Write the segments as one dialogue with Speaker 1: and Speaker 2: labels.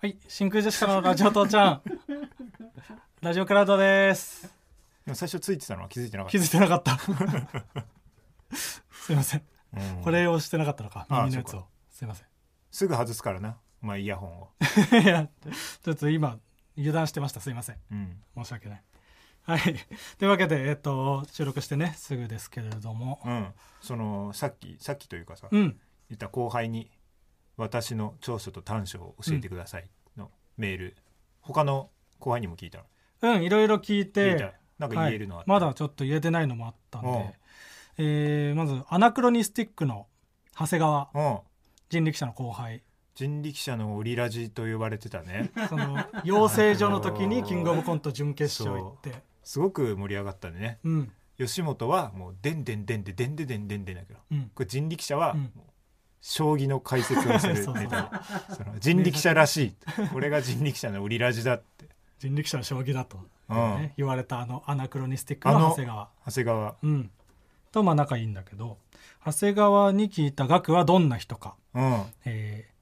Speaker 1: はい、真空ジェシカのラジオ父ちゃ ん。ラジオクラウドです。
Speaker 2: でも最初ついてたのは気づいてなか
Speaker 1: 気
Speaker 2: っ
Speaker 1: づいてなかった。すいません。
Speaker 2: た、うん
Speaker 1: これをしてなかったのか、
Speaker 2: ああ
Speaker 1: 耳のやつを。すいます
Speaker 2: ぐ外すからなお前イヤホンを、
Speaker 1: せん。いや、ちょっと今、油断してました。すいません。
Speaker 2: うん
Speaker 1: 申し訳ない。はい。というわけで、えっと、収録してね、すぐですけれども。
Speaker 2: うん、そのさっきさっきというかさ、
Speaker 1: うん。
Speaker 2: 言った後輩に「私の長所と短所を教えてください」のメール、他の後輩にも聞いたの
Speaker 1: うん、いろいろ聞い
Speaker 2: 聞い
Speaker 1: て
Speaker 2: た、なんか言えるのは
Speaker 1: は
Speaker 2: あっ
Speaker 1: い、
Speaker 2: た、
Speaker 1: まだちょっと言えてないのもあったん
Speaker 2: う
Speaker 1: で
Speaker 2: ん、
Speaker 1: えーまず、アナクロニスティックの長谷川
Speaker 2: うん
Speaker 1: 人力車の後輩。
Speaker 2: 人力車のオリラジと呼ばれてたね
Speaker 1: その養成所の時にキングオブコント準決勝行って
Speaker 2: すごく盛り上がったんでね
Speaker 1: うん
Speaker 2: 吉本はもう「でんでんでんでんでんでんでんでんでん」だけど
Speaker 1: うん
Speaker 2: これ人力車は
Speaker 1: うん
Speaker 2: もう将棋の解説をす
Speaker 1: そ
Speaker 2: る
Speaker 1: うそう
Speaker 2: ネタその人力車らしいこれが人力車のオリラジだって、
Speaker 1: 人力車の将棋だと、
Speaker 2: うん、
Speaker 1: ね
Speaker 2: 長
Speaker 1: 言われたあのアナクロニスティックの
Speaker 2: あの
Speaker 1: 長谷川
Speaker 2: 谷川
Speaker 1: うんとまあ仲いいんだけど長谷川に聞いた額はどんな人か、
Speaker 2: うん
Speaker 1: えー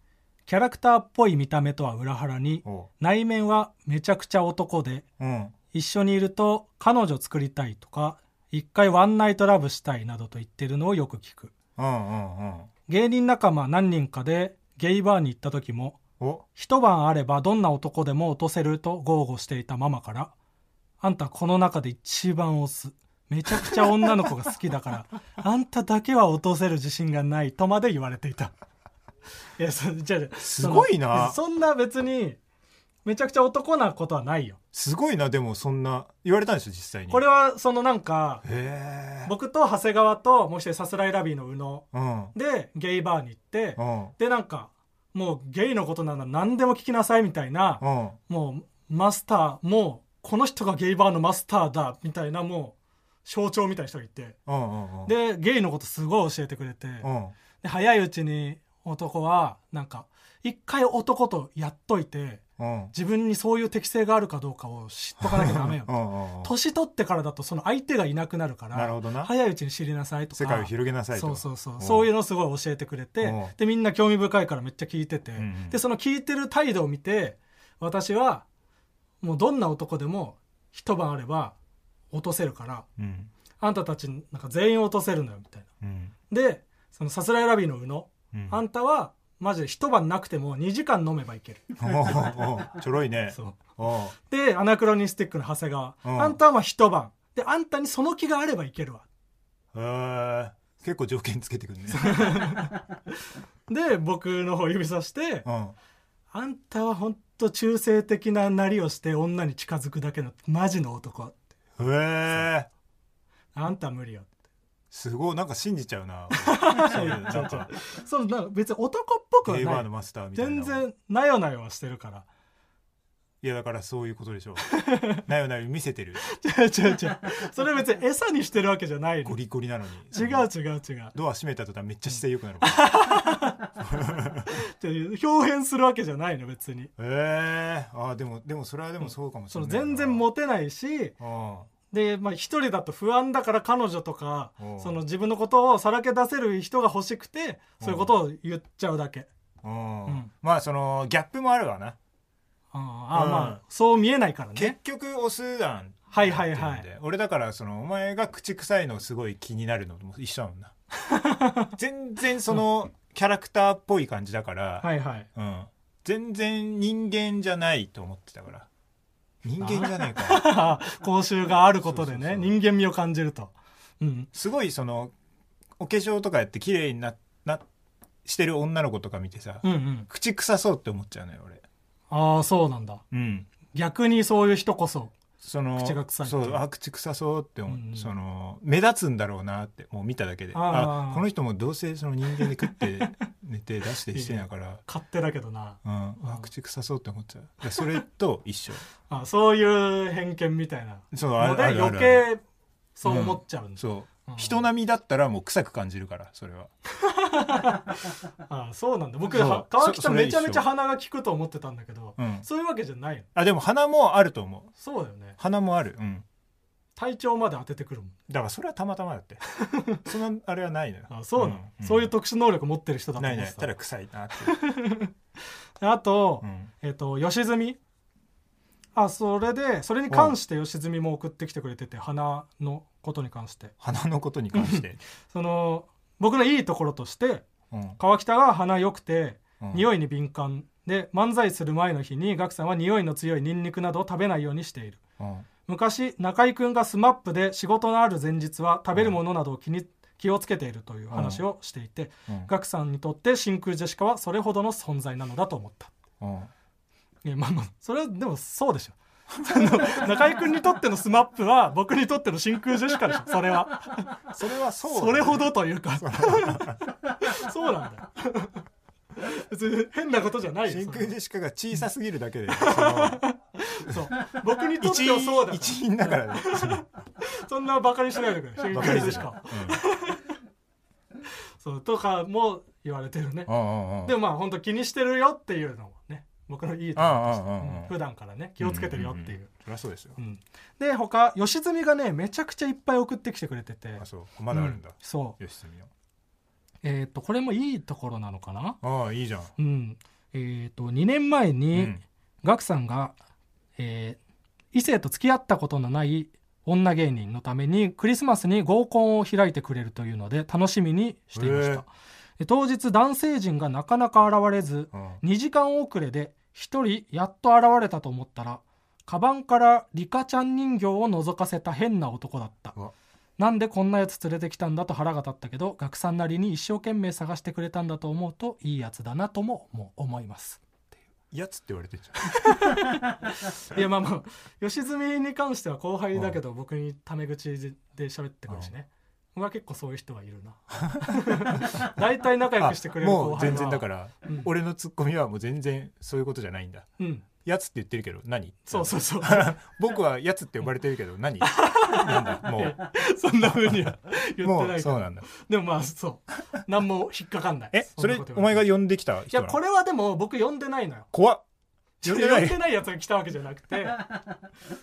Speaker 1: キャラクターっぽい見た目とは裏腹に
Speaker 2: おう
Speaker 1: 内面はめちゃくちゃ男で
Speaker 2: うん
Speaker 1: 一緒にいると彼女作りたいとか一回ワンナイトラブしたいなどと言ってるのをよく聞く
Speaker 2: うんうんうん
Speaker 1: 芸人仲間何人かでゲイバーに行った時も
Speaker 2: お
Speaker 1: 一晩あればどんな男でも落とせると豪語していたママから、あんたこの中で一番押す。めちゃくちゃ女の子が好きだから、あんただけは落とせる自信がないとまで言われていた。 いや、そじゃあ
Speaker 2: すごいな
Speaker 1: そのそんな別に、めちゃくちゃ男なことはないよ。
Speaker 2: すごいなでもそんな言われたんでしょ実際に
Speaker 1: これは、そのなんか、
Speaker 2: へえ
Speaker 1: 僕と長谷川と、もう一人さすらいラビーの宇野
Speaker 2: うんうん
Speaker 1: で、ゲイバーに行って、
Speaker 2: うん
Speaker 1: で、なんか、もうゲイのことなら何でも聞きなさいみたいな、
Speaker 2: うん
Speaker 1: もうマスターもうこの人がゲイバーのマスターだみたいなもう象徴みたいな人がいて
Speaker 2: うんうん
Speaker 1: でゲイのことすごい教えてくれて
Speaker 2: うん
Speaker 1: で早いうちに男はなんか一回男とやっといて
Speaker 2: うん
Speaker 1: 自分にそういう適性があるかどうかを知っとかなきゃダメよ
Speaker 2: うんうん
Speaker 1: 年取ってからだとその相手がいなくなるから
Speaker 2: なるほどな
Speaker 1: 早いうちに知りなさいとか
Speaker 2: 世界を広げなさいと
Speaker 1: そうそうそうそういうのすごい教えてくれて
Speaker 2: うん
Speaker 1: でみんな興味深いからめっちゃ聞いてて、
Speaker 2: んうん
Speaker 1: でその聞いてる態度を見て私はもうどんな男でも一晩あれば落とせるから
Speaker 2: うん
Speaker 1: あんたたちなんか全員落とせるのよみたいな
Speaker 2: うん
Speaker 1: でそのさすらいラビーの宇野、
Speaker 2: うん
Speaker 1: あんたはマジで一晩なくても2時間飲めばいける
Speaker 2: おうおうおうちょろいね
Speaker 1: そう
Speaker 2: おう
Speaker 1: でアナクロニスティックの長谷川、
Speaker 2: うん
Speaker 1: あんたはまあ一晩であんたにその気があればいけるわ
Speaker 2: へえ結構条件つけてくるね
Speaker 1: で僕の方指さして
Speaker 2: うん
Speaker 1: あんたは本当中性的ななりをして女に近づくだけのマジの男
Speaker 2: へえ
Speaker 1: あんたは無理よ
Speaker 2: すごいなんか信じちゃうなそういうなんか
Speaker 1: そのなんか別に男っぽく
Speaker 2: ゲイバー
Speaker 1: はな
Speaker 2: の
Speaker 1: い
Speaker 2: マスターみたい
Speaker 1: 全
Speaker 2: な
Speaker 1: 然なよなよはしてるから
Speaker 2: いやだからそういうことで しょうなよなよ見せてる
Speaker 1: 違う違う違うそれ別に餌にしてるわけじゃないの
Speaker 2: ゴ
Speaker 1: 違
Speaker 2: リゴリなのに
Speaker 1: う違う違う
Speaker 2: ドア閉めた途端めっちゃ姿勢良くなるから
Speaker 1: っていう表現するわけじゃないの別に
Speaker 2: ええあーでもでもそれはでもそうかもし
Speaker 1: そ
Speaker 2: れな
Speaker 1: の
Speaker 2: い
Speaker 1: 全然モテないし
Speaker 2: あ
Speaker 1: でまあ一人だと不安だから彼女とか
Speaker 2: うん
Speaker 1: その自分のことをさらけ出せる人が欲しくてそういうことを言っちゃうだけ
Speaker 2: うん、
Speaker 1: うん
Speaker 2: まあそのギャップもあるわな
Speaker 1: ああああ
Speaker 2: うん
Speaker 1: まあそう見えないからね
Speaker 2: 結局オス団
Speaker 1: はいはいはい
Speaker 2: ってうんで俺だからそのお前が口臭いのすごい気になるのも一緒だもん な全然そのキャラクターっぽい感じだから、
Speaker 1: はいはい
Speaker 2: うん、全然人間じゃないと思ってたから人間じゃないか
Speaker 1: 講習があることで
Speaker 2: そう
Speaker 1: ね
Speaker 2: そうそう
Speaker 1: 人間味を感じるとうん
Speaker 2: すごいそのお化粧とかやって綺麗にななしてる女の子とか見てさ、
Speaker 1: うんうん
Speaker 2: 口臭そうって思っちゃうのよ俺
Speaker 1: ああそうなんだ
Speaker 2: うん
Speaker 1: 逆にそういう人こそ
Speaker 2: その
Speaker 1: 口が臭いって
Speaker 2: そ
Speaker 1: いう
Speaker 2: うあ口臭そうって思う、
Speaker 1: うんうん
Speaker 2: その目立つんだろうなってもう見ただけで
Speaker 1: あー
Speaker 2: あこの人もどうせその人間で食って 寝て出してしてんやから、
Speaker 1: 勝手だけどな
Speaker 2: うん、あ口臭そうって思っちゃうだからそれと一緒
Speaker 1: あそういう偏見みたいな
Speaker 2: そうあ
Speaker 1: の
Speaker 2: るあ
Speaker 1: で
Speaker 2: るある
Speaker 1: 余計そう思っちゃうんだ、
Speaker 2: そう、
Speaker 1: うん
Speaker 2: 人並みだったらもう臭く感じるからそれは
Speaker 1: ああそうなんだ僕
Speaker 2: そう
Speaker 1: は川北
Speaker 2: そそれ
Speaker 1: めちゃめちゃ鼻が効くと思ってたんだけど
Speaker 2: うん
Speaker 1: そういうわけじゃないの
Speaker 2: あでも鼻もあると思う
Speaker 1: そうだよね
Speaker 2: 鼻もあるうん
Speaker 1: 体調まで当ててくるもん
Speaker 2: だからそれはたまたまだって そのあれはないのよ
Speaker 1: ああそうなの、
Speaker 2: うん
Speaker 1: そういう特殊能力持ってる人だと
Speaker 2: な
Speaker 1: 思っ
Speaker 2: い
Speaker 1: て
Speaker 2: ないただ臭いなって、
Speaker 1: あと、
Speaker 2: うん
Speaker 1: えっ、と吉住あそれでそれに関して吉住も送ってきてくれてて花のことに関して
Speaker 2: 花のことに関 して、
Speaker 1: その僕のいいところとして
Speaker 2: うん
Speaker 1: 川北が花良くて
Speaker 2: うん
Speaker 1: 匂いに敏感で漫才する前の日にガクさんは匂いの強いニンニクなどを食べないようにしている
Speaker 2: うん
Speaker 1: 昔中居君が SMAP で仕事のある前日は食べるものなどを気に気をつけているという話をしていて、
Speaker 2: うん
Speaker 1: ガクさんにとって真空ジェシカはそれほどの存在なのだと思った
Speaker 2: うん
Speaker 1: いやまあまあそれはでもそうでしょ その中居君にとっての SMAP は僕にとっての真空ジェシカでしょそれは
Speaker 2: それはそうだね
Speaker 1: それほどというかそうなんだよ別に変なことじゃないよ
Speaker 2: 真
Speaker 1: そ
Speaker 2: 空
Speaker 1: れ
Speaker 2: ジェシカが小さすぎるだ けでその
Speaker 1: そう僕にとって
Speaker 2: 一
Speaker 1: はそうだ
Speaker 2: 員
Speaker 1: か
Speaker 2: 一員だからね
Speaker 1: らそんなバカにしないでくれ真
Speaker 2: バ
Speaker 1: 空ジ
Speaker 2: カに
Speaker 1: ェシ
Speaker 2: でし
Speaker 1: カ
Speaker 2: か
Speaker 1: そうとかも言われてるね
Speaker 2: うんうんうん
Speaker 1: でもまあ本当気にしてるよっていうのもね僕のいいところとして
Speaker 2: うんうんうんうん
Speaker 1: うん普段からね気をつけてるよってい
Speaker 2: んん
Speaker 1: うん
Speaker 2: そりゃそうですよ
Speaker 1: うんで他吉住がねめちゃくちゃいっぱい送ってきてくれてて
Speaker 2: あそうまだあるんだ
Speaker 1: うそう
Speaker 2: よし住みよ
Speaker 1: えっ、とこれもいいところなのかな
Speaker 2: ああいいじゃん
Speaker 1: うんえっ、と2年前
Speaker 2: う
Speaker 1: に、
Speaker 2: ん
Speaker 1: ガクさんが、えー異性と付き合ったことのない女芸人のためにクリスマスに合コンを開いてくれるというので楽しみにしていまし
Speaker 2: へ
Speaker 1: た
Speaker 2: ー
Speaker 1: で当日男性陣がなかなか現れず
Speaker 2: うん
Speaker 1: 2時間遅れで1人やっと現れたと思ったらカバンからリカちゃん人形を覗かせた変な男だった
Speaker 2: うわ
Speaker 1: なんでこんなやつ連れてきたんだと腹が立ったけどガクさんなりに一生懸命探してくれたんだと思うといいやつだなとももう思います
Speaker 2: やつって言われてんじ
Speaker 1: いやまあまあ吉住に関しては後輩だけど僕にタメ口で喋ってくるしね僕は結構そういう人はいるな 大体仲
Speaker 2: ゃん
Speaker 1: 良
Speaker 2: あ
Speaker 1: くしてくれる後輩
Speaker 2: も
Speaker 1: は
Speaker 2: う全然だから
Speaker 1: うん
Speaker 2: 俺のツッコミはもう全然そういうことじゃないんだ
Speaker 1: うん
Speaker 2: やつって言ってるけど何
Speaker 1: そうそう そう
Speaker 2: 僕はやつって呼ばれてるけど 何なんだもう
Speaker 1: そんな風には言っ
Speaker 2: も
Speaker 1: てな
Speaker 2: う
Speaker 1: いけど
Speaker 2: そうなんだ
Speaker 1: でもまあそう何も引っかかんない
Speaker 2: えそ
Speaker 1: んな
Speaker 2: れ
Speaker 1: こと
Speaker 2: お
Speaker 1: 言わ
Speaker 2: 前
Speaker 1: れ
Speaker 2: が
Speaker 1: て
Speaker 2: 呼んできた
Speaker 1: いや
Speaker 2: 人なの
Speaker 1: これはでも僕呼んでないのよ
Speaker 2: 怖っ
Speaker 1: 呼
Speaker 2: 呼
Speaker 1: ん
Speaker 2: ん
Speaker 1: で
Speaker 2: で
Speaker 1: な
Speaker 2: ないい
Speaker 1: やつが来たわけじゃなく て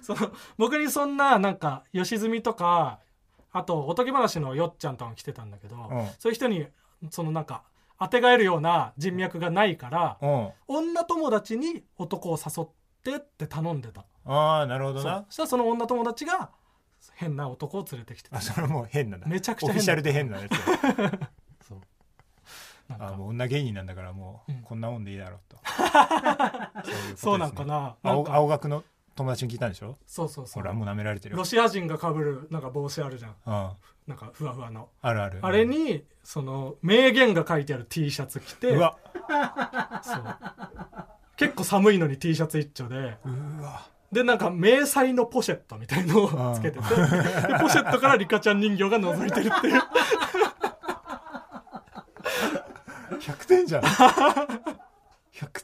Speaker 1: その僕にそんななんか吉住とかあとおとぎ話のよっちゃんとかも来てたんだけど、
Speaker 2: うん
Speaker 1: そういう人にそのなんかあてがえるような人脈がないから、
Speaker 2: うん
Speaker 1: 女友達に男を誘ってって頼んでた
Speaker 2: ああなるほど
Speaker 1: そう
Speaker 2: な
Speaker 1: そしたらその女友達が変な男を連れてきてた
Speaker 2: あそれもう変なんだ
Speaker 1: めちゃくちゃ変
Speaker 2: オフィシャルで変な やつだ
Speaker 1: そうなん
Speaker 2: あ
Speaker 1: か
Speaker 2: もう女芸人なんだからもう、
Speaker 1: うん
Speaker 2: こんなもんでいいだろうと そういうことですね
Speaker 1: そうなんかななん
Speaker 2: 青
Speaker 1: か
Speaker 2: 青学の友達に聞いたんでしょ
Speaker 1: そうそうそ
Speaker 2: ほ
Speaker 1: う
Speaker 2: らもう舐められてる
Speaker 1: ロ
Speaker 2: よ、
Speaker 1: シア人がかぶるなんか帽子あるじゃん
Speaker 2: うん、あ
Speaker 1: なんかふわふわの
Speaker 2: るある
Speaker 1: あれにその名言が書いてある T シャツ着て
Speaker 2: うわ
Speaker 1: そう結構寒いのに T シャツ一丁で
Speaker 2: うわ
Speaker 1: でなんか迷彩のポシェットみたいのをつけてて、でポシェットからリカちゃん人形が覗いてるっていう
Speaker 2: 100点 じゃん100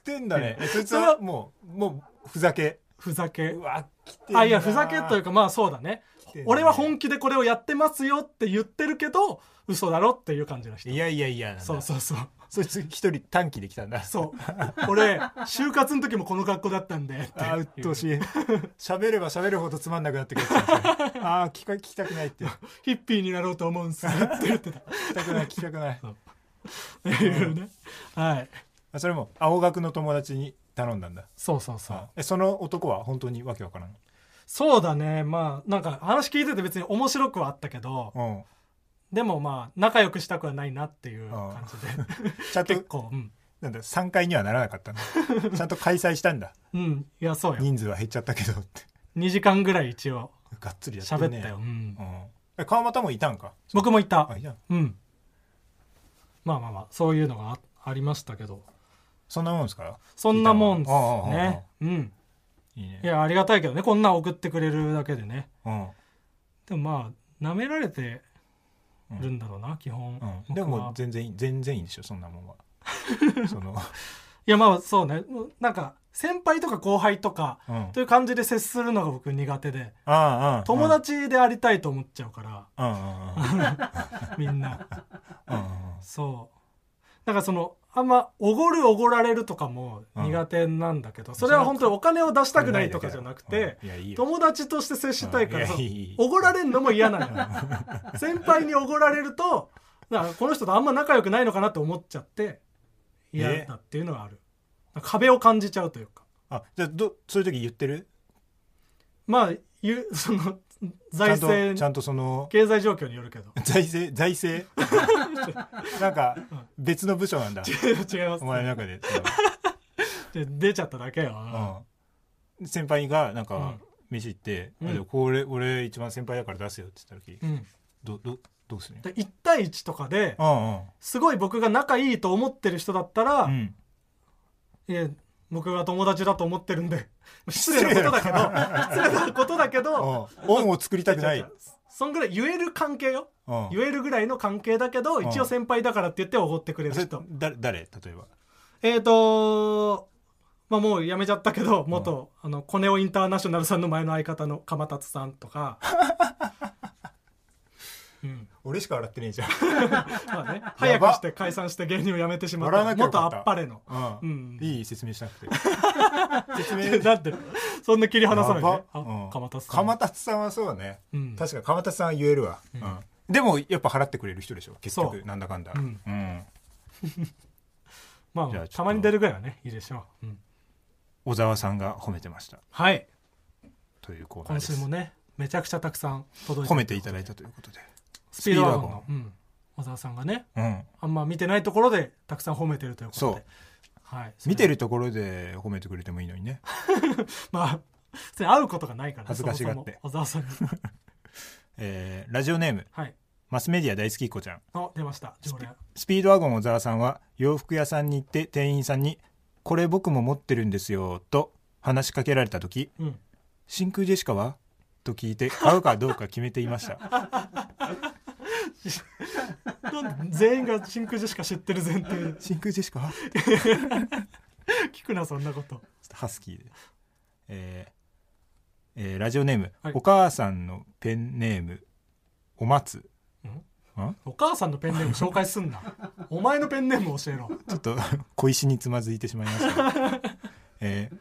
Speaker 2: 点だねえそいつ
Speaker 1: それは
Speaker 2: はもうもうふざけ
Speaker 1: ふざけ
Speaker 2: うわきてんな
Speaker 1: あいやふざけというかまあそうだね
Speaker 2: てんな
Speaker 1: 俺は本気でこれをやってますよって言ってるけど嘘だろっていう感じの人
Speaker 2: いやいやいやなんだ
Speaker 1: そうそうそう
Speaker 2: そいつ一人短期できたんだ
Speaker 1: そう俺就活の時もこの格好だったんでって
Speaker 2: あーうっとうしい喋れば喋るほどつまんなくなってくるやつな んですよあー聞か聞きたくないって聞
Speaker 1: ヒッピーになろうと思うんすって言ってた
Speaker 2: きたくない聞きたくない
Speaker 1: っていうねはい
Speaker 2: あそれも青学の友達に頼んだんだ
Speaker 1: そうそうそう、
Speaker 2: えその男は本当にわけわからん
Speaker 1: そうだねまあなんか話聞いてて別に面白くはあったけど
Speaker 2: うん
Speaker 1: でもまあ仲良くしたくはないなっていう感じで
Speaker 2: ちゃんと
Speaker 1: 結構うん、
Speaker 2: なんだ3回にはならなかったんだちゃんと開催したんだ
Speaker 1: うん、いやそうよ
Speaker 2: 人数は減っちゃったけどって
Speaker 1: 2時間ぐらい一応
Speaker 2: がっつりやって
Speaker 1: 喋
Speaker 2: る
Speaker 1: っ
Speaker 2: ね
Speaker 1: たよ、うん
Speaker 2: うんえ川又もいたんか
Speaker 1: 僕もいた
Speaker 2: あいや
Speaker 1: うんまあまあまあそういうのがあありましたけど
Speaker 2: そんなもんですか
Speaker 1: そんなもんっす
Speaker 2: あああああ
Speaker 1: ねうん
Speaker 2: いいね
Speaker 1: いやありがたいけどねこんなん送ってくれるだけでね
Speaker 2: うん
Speaker 1: でもまあ舐められてるんだろうな、基本、
Speaker 2: うん、でも
Speaker 1: 僕
Speaker 2: も
Speaker 1: は
Speaker 2: う全然いい全然いいんでしょそんなも んはその、
Speaker 1: いやまあそうねなんか先輩とか後輩とか
Speaker 2: うん、あ
Speaker 1: という感じで接するのが僕苦手で
Speaker 2: あああ
Speaker 1: 友達でありたいと思っちゃうから
Speaker 2: うんうんうん
Speaker 1: みん な
Speaker 2: うんうん
Speaker 1: そうだからそのあんまおごるおごられるとかも苦手なんだけど、それは本当にお金を出したくないとかじゃなくて、
Speaker 2: うんいやいいよ
Speaker 1: 友達として接したいから
Speaker 2: うんいやいいいい
Speaker 1: おごられるのも嫌なのよ先輩におごられるとなんかこの人とあんま仲良くないのかなって思っちゃって嫌だっていうのはある壁を感じちゃうというか
Speaker 2: あじゃあどそういう時言ってる
Speaker 1: まあゆその財
Speaker 2: ちゃんとちゃ
Speaker 1: 政
Speaker 2: んと その
Speaker 1: 経済状況によるけど
Speaker 2: 財政財政なんか別の部署なんだ
Speaker 1: 違います
Speaker 2: お前の中で、
Speaker 1: で出ちゃっただけよ、
Speaker 2: うん、先輩がなん
Speaker 1: うん
Speaker 2: か飯行って「
Speaker 1: うん
Speaker 2: あでもこれ俺一番先輩だから出すよ」って言った時、
Speaker 1: うん
Speaker 2: どどどうする
Speaker 1: で1対1とかで
Speaker 2: うんうん
Speaker 1: すごい僕が仲いいと思ってる人だったら、
Speaker 2: うん
Speaker 1: いや僕が友達だと思ってるんで失礼なことだけど失礼なことだけ
Speaker 2: うん
Speaker 1: ど
Speaker 2: 恩を作りたくない、うん、
Speaker 1: そんぐらい言える関係よ言えるぐらいの関係だけど
Speaker 2: ん
Speaker 1: 一応先輩だからって言っておごってくれ
Speaker 2: そ
Speaker 1: る
Speaker 2: れ
Speaker 1: 人
Speaker 2: だ誰例えば
Speaker 1: えっ、ー、とまあもう辞めちゃったけど元、あのコネオインターナショナルさんの前の相方の鎌達さんと かうん
Speaker 2: 俺しか笑ってねえじゃん、
Speaker 1: まあね早くして解散して芸人を辞めてしまっ
Speaker 2: 笑
Speaker 1: た
Speaker 2: わなきゃよ
Speaker 1: 元
Speaker 2: か
Speaker 1: あ
Speaker 2: った
Speaker 1: っぱれの
Speaker 2: う
Speaker 1: うんん
Speaker 2: いい説明し なくて説
Speaker 1: いや
Speaker 2: 明
Speaker 1: だってそんな切り離さないで、
Speaker 2: や
Speaker 1: ね、
Speaker 2: ばうん
Speaker 1: あ鎌達さん
Speaker 2: 鎌達さんはそうだね、
Speaker 1: うん
Speaker 2: 確かに鎌達さんは言えるわ、うんでもやっぱ払ってくれる人でしょ結
Speaker 1: そ
Speaker 2: 局
Speaker 1: う
Speaker 2: なんだかんだ
Speaker 1: うん
Speaker 2: うん
Speaker 1: ま
Speaker 2: じゃあ
Speaker 1: あ
Speaker 2: ちょっと
Speaker 1: たまに出るぐらいはねいいでしょう、うん
Speaker 2: 小沢さんが褒めてました
Speaker 1: はい
Speaker 2: というコー
Speaker 1: 今
Speaker 2: ナーです
Speaker 1: 週もねめちゃくちゃたくさん届いて
Speaker 2: 褒めていただいたということで
Speaker 1: スピードワゴン
Speaker 2: ス
Speaker 1: の、うん、小沢さんがね
Speaker 2: うん
Speaker 1: あんま見てないところでたくさん褒めてるということではい、
Speaker 2: 見て
Speaker 1: る
Speaker 2: るところで褒めてくれてもいいのにね
Speaker 1: まあ普通に会うことがないから、
Speaker 2: 恥ずかしがって
Speaker 1: そもそも小沢さんに
Speaker 2: えーラジオネーム
Speaker 1: はい
Speaker 2: マスメディア大好きっ子ちゃん
Speaker 1: あ出ました常連
Speaker 2: スピードワゴン小沢さんは洋服屋さんに行って店員さんに「これ僕も持ってるんですよ」と話しかけられた時
Speaker 1: うん
Speaker 2: 「真空ジェシカは?」と聞い て買うかどうか決めていました
Speaker 1: なんで全員が真空ジェシカ知ってる前提で
Speaker 2: 真空ジェシカは
Speaker 1: 聞くなそんなこと
Speaker 2: ハスキーで、えーえーラジオネーム、
Speaker 1: はい
Speaker 2: お母さんのペンネームお松
Speaker 1: お母さんのペンネーム紹介すんなお前のペンネーム教えろ
Speaker 2: ちょっ と小石につまずいてしまいましたが、えー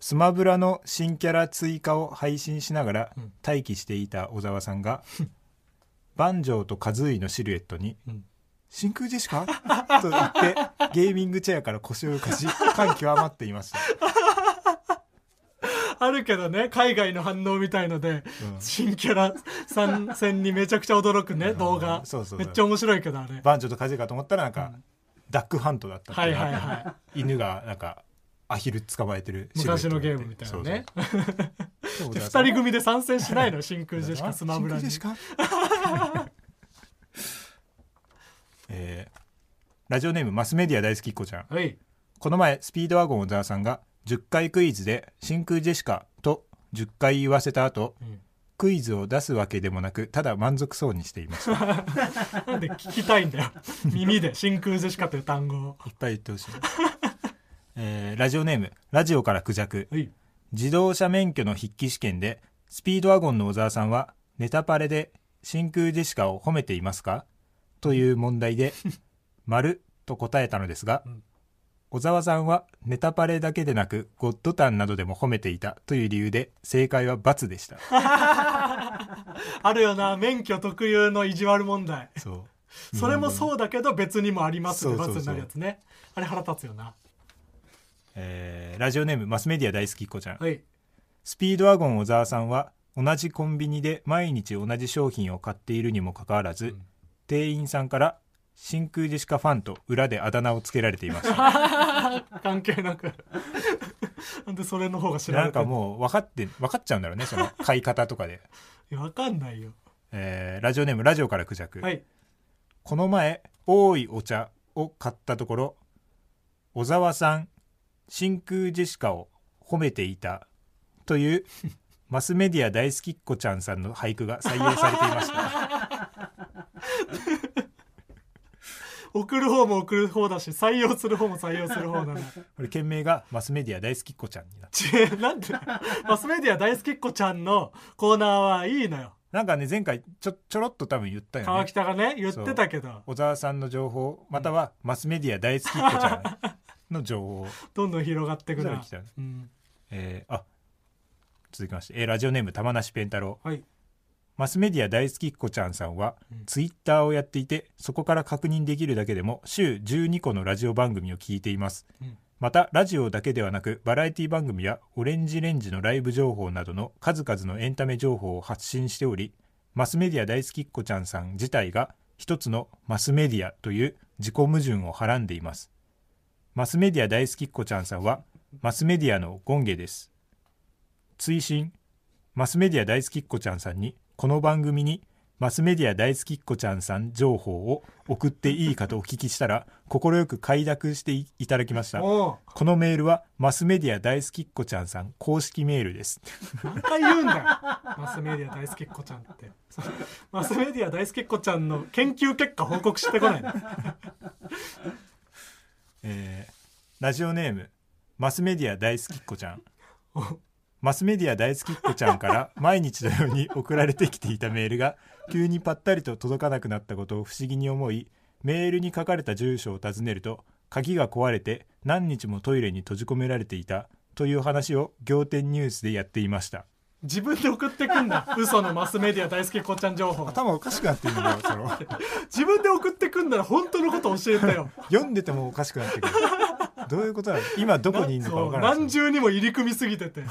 Speaker 2: スマブラの新キャラ追加を配信しながら
Speaker 1: うん
Speaker 2: 待機していた小沢さんが 「バンジョーとカズーイのシルエットに
Speaker 1: うん
Speaker 2: 「真空ジェシカ?」と言ってゲーミングチェアから腰を浮かし感極まっていました、
Speaker 1: あるけどね海外の反応みたいので
Speaker 2: うん
Speaker 1: 新キャラ参戦にめちゃくちゃ驚くね動画
Speaker 2: そうそう
Speaker 1: めっちゃ面白いけどあれ
Speaker 2: バンジョーとカズーイかと思ったらなんか、ダックハントだったって
Speaker 1: は
Speaker 2: い
Speaker 1: い
Speaker 2: うのが
Speaker 1: はいは
Speaker 2: 犬がなんかアヒル捕まえてる
Speaker 1: い
Speaker 2: シルエッ
Speaker 1: 昔
Speaker 2: ト
Speaker 1: の
Speaker 2: に
Speaker 1: ゲー
Speaker 2: なって
Speaker 1: ムみたいなね
Speaker 2: そうそう
Speaker 1: で
Speaker 2: で小沢さん
Speaker 1: 二人組で参戦しないの真空ジェシカスマブラに
Speaker 2: 真空ジェシカ えーラジオネームマスメディア大好きっ子ちゃん
Speaker 1: はい
Speaker 2: この前スピードワゴン小沢さんが10回クイズで「真空ジェシカ」と10回言わせた後
Speaker 1: うん
Speaker 2: クイズを出すわけでもなくただ満足そうにしていましたい
Speaker 1: なんで聞きたいんだ よ耳で真空ジェシカという単語を
Speaker 2: っぱい言ってほしい、えーラジオネームラジオからクジャク
Speaker 1: はい
Speaker 2: 自動車免許の筆記試験でスピードワゴンの小沢さんはネタパレで真空ジェシカを褒めていますかという問題で「丸と答えたのですが、
Speaker 1: うん
Speaker 2: 小沢さんはネタパレだけでなくゴッドタンなどでも褒めていたという理由で正解は×でした。
Speaker 1: あるよな免許特有の意地悪問題
Speaker 2: そう
Speaker 1: それもそうだけど別にもありますって
Speaker 2: そうそ
Speaker 1: 罰
Speaker 2: うそう
Speaker 1: になるやつねあれ腹立つよな
Speaker 2: えーラジオネームマスメディア大好きっ子ちゃん、
Speaker 1: はい
Speaker 2: スピードワゴン小沢さんは同じコンビニで毎日同じ商品を買っているにもかかわらず、
Speaker 1: ん
Speaker 2: 店員さんから真空ジェシカファンと裏であだ名をつけられていました
Speaker 1: 関係なく なんでそれの方が知ら
Speaker 2: な
Speaker 1: れ
Speaker 2: ん
Speaker 1: てる
Speaker 2: かもう分かって分かっちゃうんだろう ねその買い方とかで、
Speaker 1: いやわかんないよ
Speaker 2: えーラジオネームラジオからクジャク、
Speaker 1: はい
Speaker 2: この前多いお茶を買ったところ小沢さん真空ジェシカを褒めていたという マスメディア大好きっ子ちゃんさんの俳句が採用されていました
Speaker 1: 送る方も送る方だし採用する方も採用する方なの
Speaker 2: これ件名がマスメディア大好きっ子ちゃんになって
Speaker 1: ちなんで マスメディア大好きっ子ちゃんのコーナーはいいのよ
Speaker 2: なんかね前回ちょちょろっと多分言ったよ
Speaker 1: 川
Speaker 2: ね
Speaker 1: 北がね言ってたけど
Speaker 2: 小沢さんの情報またはマスメディア大好きっ子ちゃんの情 報、
Speaker 1: どんどん広がってく
Speaker 2: そ
Speaker 1: な
Speaker 2: う来たね
Speaker 1: うん
Speaker 2: えーあ続きまして、えーラジオネーム玉梨ペンタロウ
Speaker 1: はい
Speaker 2: マスメディア大好きっ子ちゃんさんは、
Speaker 1: うん
Speaker 2: ツイッターをやっていてそこから確認できるだけでも週12個のラジオ番組を聞いています、
Speaker 1: うん
Speaker 2: またラジオだけではなくバラエティ番組やオレンジレンジのライブ情報などの数々のエンタメ情報を発信しておりマスメディア大好きっ子ちゃんさん自体が一つのマスメディアという自己矛盾をはらんでいますマスメディア大好きっ子ちゃんさんはマスメディアの権下です追伸マスメディア大好きっ子ちゃんさんにこの番組にマスメディア大好きっ子ちゃんさん情報を送っていいかとお聞きしたら快く快諾していただきました
Speaker 1: お
Speaker 2: このメールはマスメディア大好きっ子ちゃんさん公式メールです。
Speaker 1: 何回言うんだよマスメディア大好きっ子ちゃんってそのマスメディア大好きっ子ちゃんの研究結果報告してこないの
Speaker 2: えーラジオネームマスメディア大好きっ子ちゃん
Speaker 1: お。
Speaker 2: マスメディア大好きっ子ちゃん から毎日のように送られてきていたメールが急にぱったりと届かなくなったことを不思議に思いメールに書かれた住所を尋ねると鍵が壊れて何日もトイレに閉じ込められていたという話を仰天ニュースでやっていました
Speaker 1: 自分で送ってくんだ嘘のマスメディア大好きっ子ちゃん情報
Speaker 2: 頭おかしくなってるんだよその
Speaker 1: 自分で送ってくんなら本当のこと教えてよ
Speaker 2: 読んでてもおかしくなってくるどういうことなの今どこにいるの
Speaker 1: そ
Speaker 2: かわ
Speaker 1: う
Speaker 2: からない
Speaker 1: 何重にも入り組みすぎてて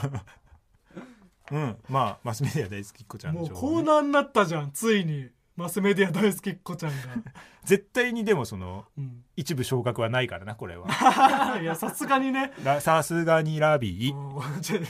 Speaker 2: うん、まあマスメディア大好きっ子ちゃん
Speaker 1: もう
Speaker 2: 情
Speaker 1: コ
Speaker 2: 報
Speaker 1: ー
Speaker 2: ね
Speaker 1: ナーになったじゃんついにマスメディア大好きっ子ちゃんが、
Speaker 2: 絶対にでもその
Speaker 1: うん、
Speaker 2: 一部昇格はないからなこ れは
Speaker 1: いやさすがにね
Speaker 2: ラさすがにラビー
Speaker 1: もうちょ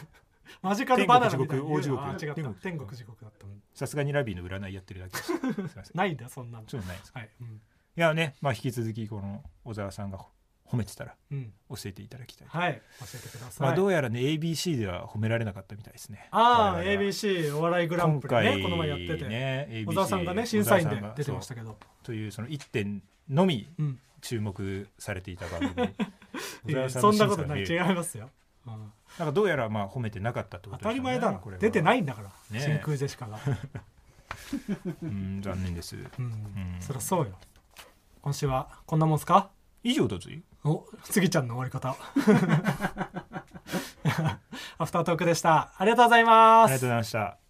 Speaker 1: マジカルバナナみたいに言う
Speaker 2: 天国地獄
Speaker 1: あ違っ
Speaker 2: 大地獄
Speaker 1: た天国地獄だった
Speaker 2: さすがにラビーの占いやってるだけですすいません
Speaker 1: ないんだよそんなの
Speaker 2: そうないです
Speaker 1: はいうん、
Speaker 2: いやね、まあ、引き続きこの小沢さんが褒めてたら
Speaker 1: うん、
Speaker 2: 教えていただきたい、
Speaker 1: はい教えてください、
Speaker 2: まあ、どうやらね ABC では褒められなかったみたいですね
Speaker 1: ああ
Speaker 2: 我々は
Speaker 1: ABC お笑いグラン
Speaker 2: 今
Speaker 1: プリね
Speaker 2: 回
Speaker 1: この前やってて、
Speaker 2: ね ABC
Speaker 1: 小沢さんがね審査員で出てました
Speaker 2: 小沢さんが
Speaker 1: けど
Speaker 2: そうというその1点のみ
Speaker 1: うん
Speaker 2: 注目されていた番 組
Speaker 1: いやいや
Speaker 2: 小
Speaker 1: そ
Speaker 2: 沢
Speaker 1: ん
Speaker 2: さ
Speaker 1: なん
Speaker 2: の
Speaker 1: ことな
Speaker 2: 審査
Speaker 1: い
Speaker 2: に
Speaker 1: 違いますよ、うん
Speaker 2: なんかどうやらまあ褒めてなかったってこ
Speaker 1: 当
Speaker 2: とで
Speaker 1: たり
Speaker 2: しょうね
Speaker 1: 前だろ
Speaker 2: これは
Speaker 1: 出てないんだから、
Speaker 2: ねえ
Speaker 1: 真空ジェシカが、
Speaker 2: うん残念です
Speaker 1: うん
Speaker 2: ん
Speaker 1: そりゃそうよ今週はこんなもんすか
Speaker 2: 以上突い
Speaker 1: おスギちゃんの終わり方 アフタートークでしたありがとうござい
Speaker 2: あ
Speaker 1: ま
Speaker 2: りが
Speaker 1: す
Speaker 2: とうございました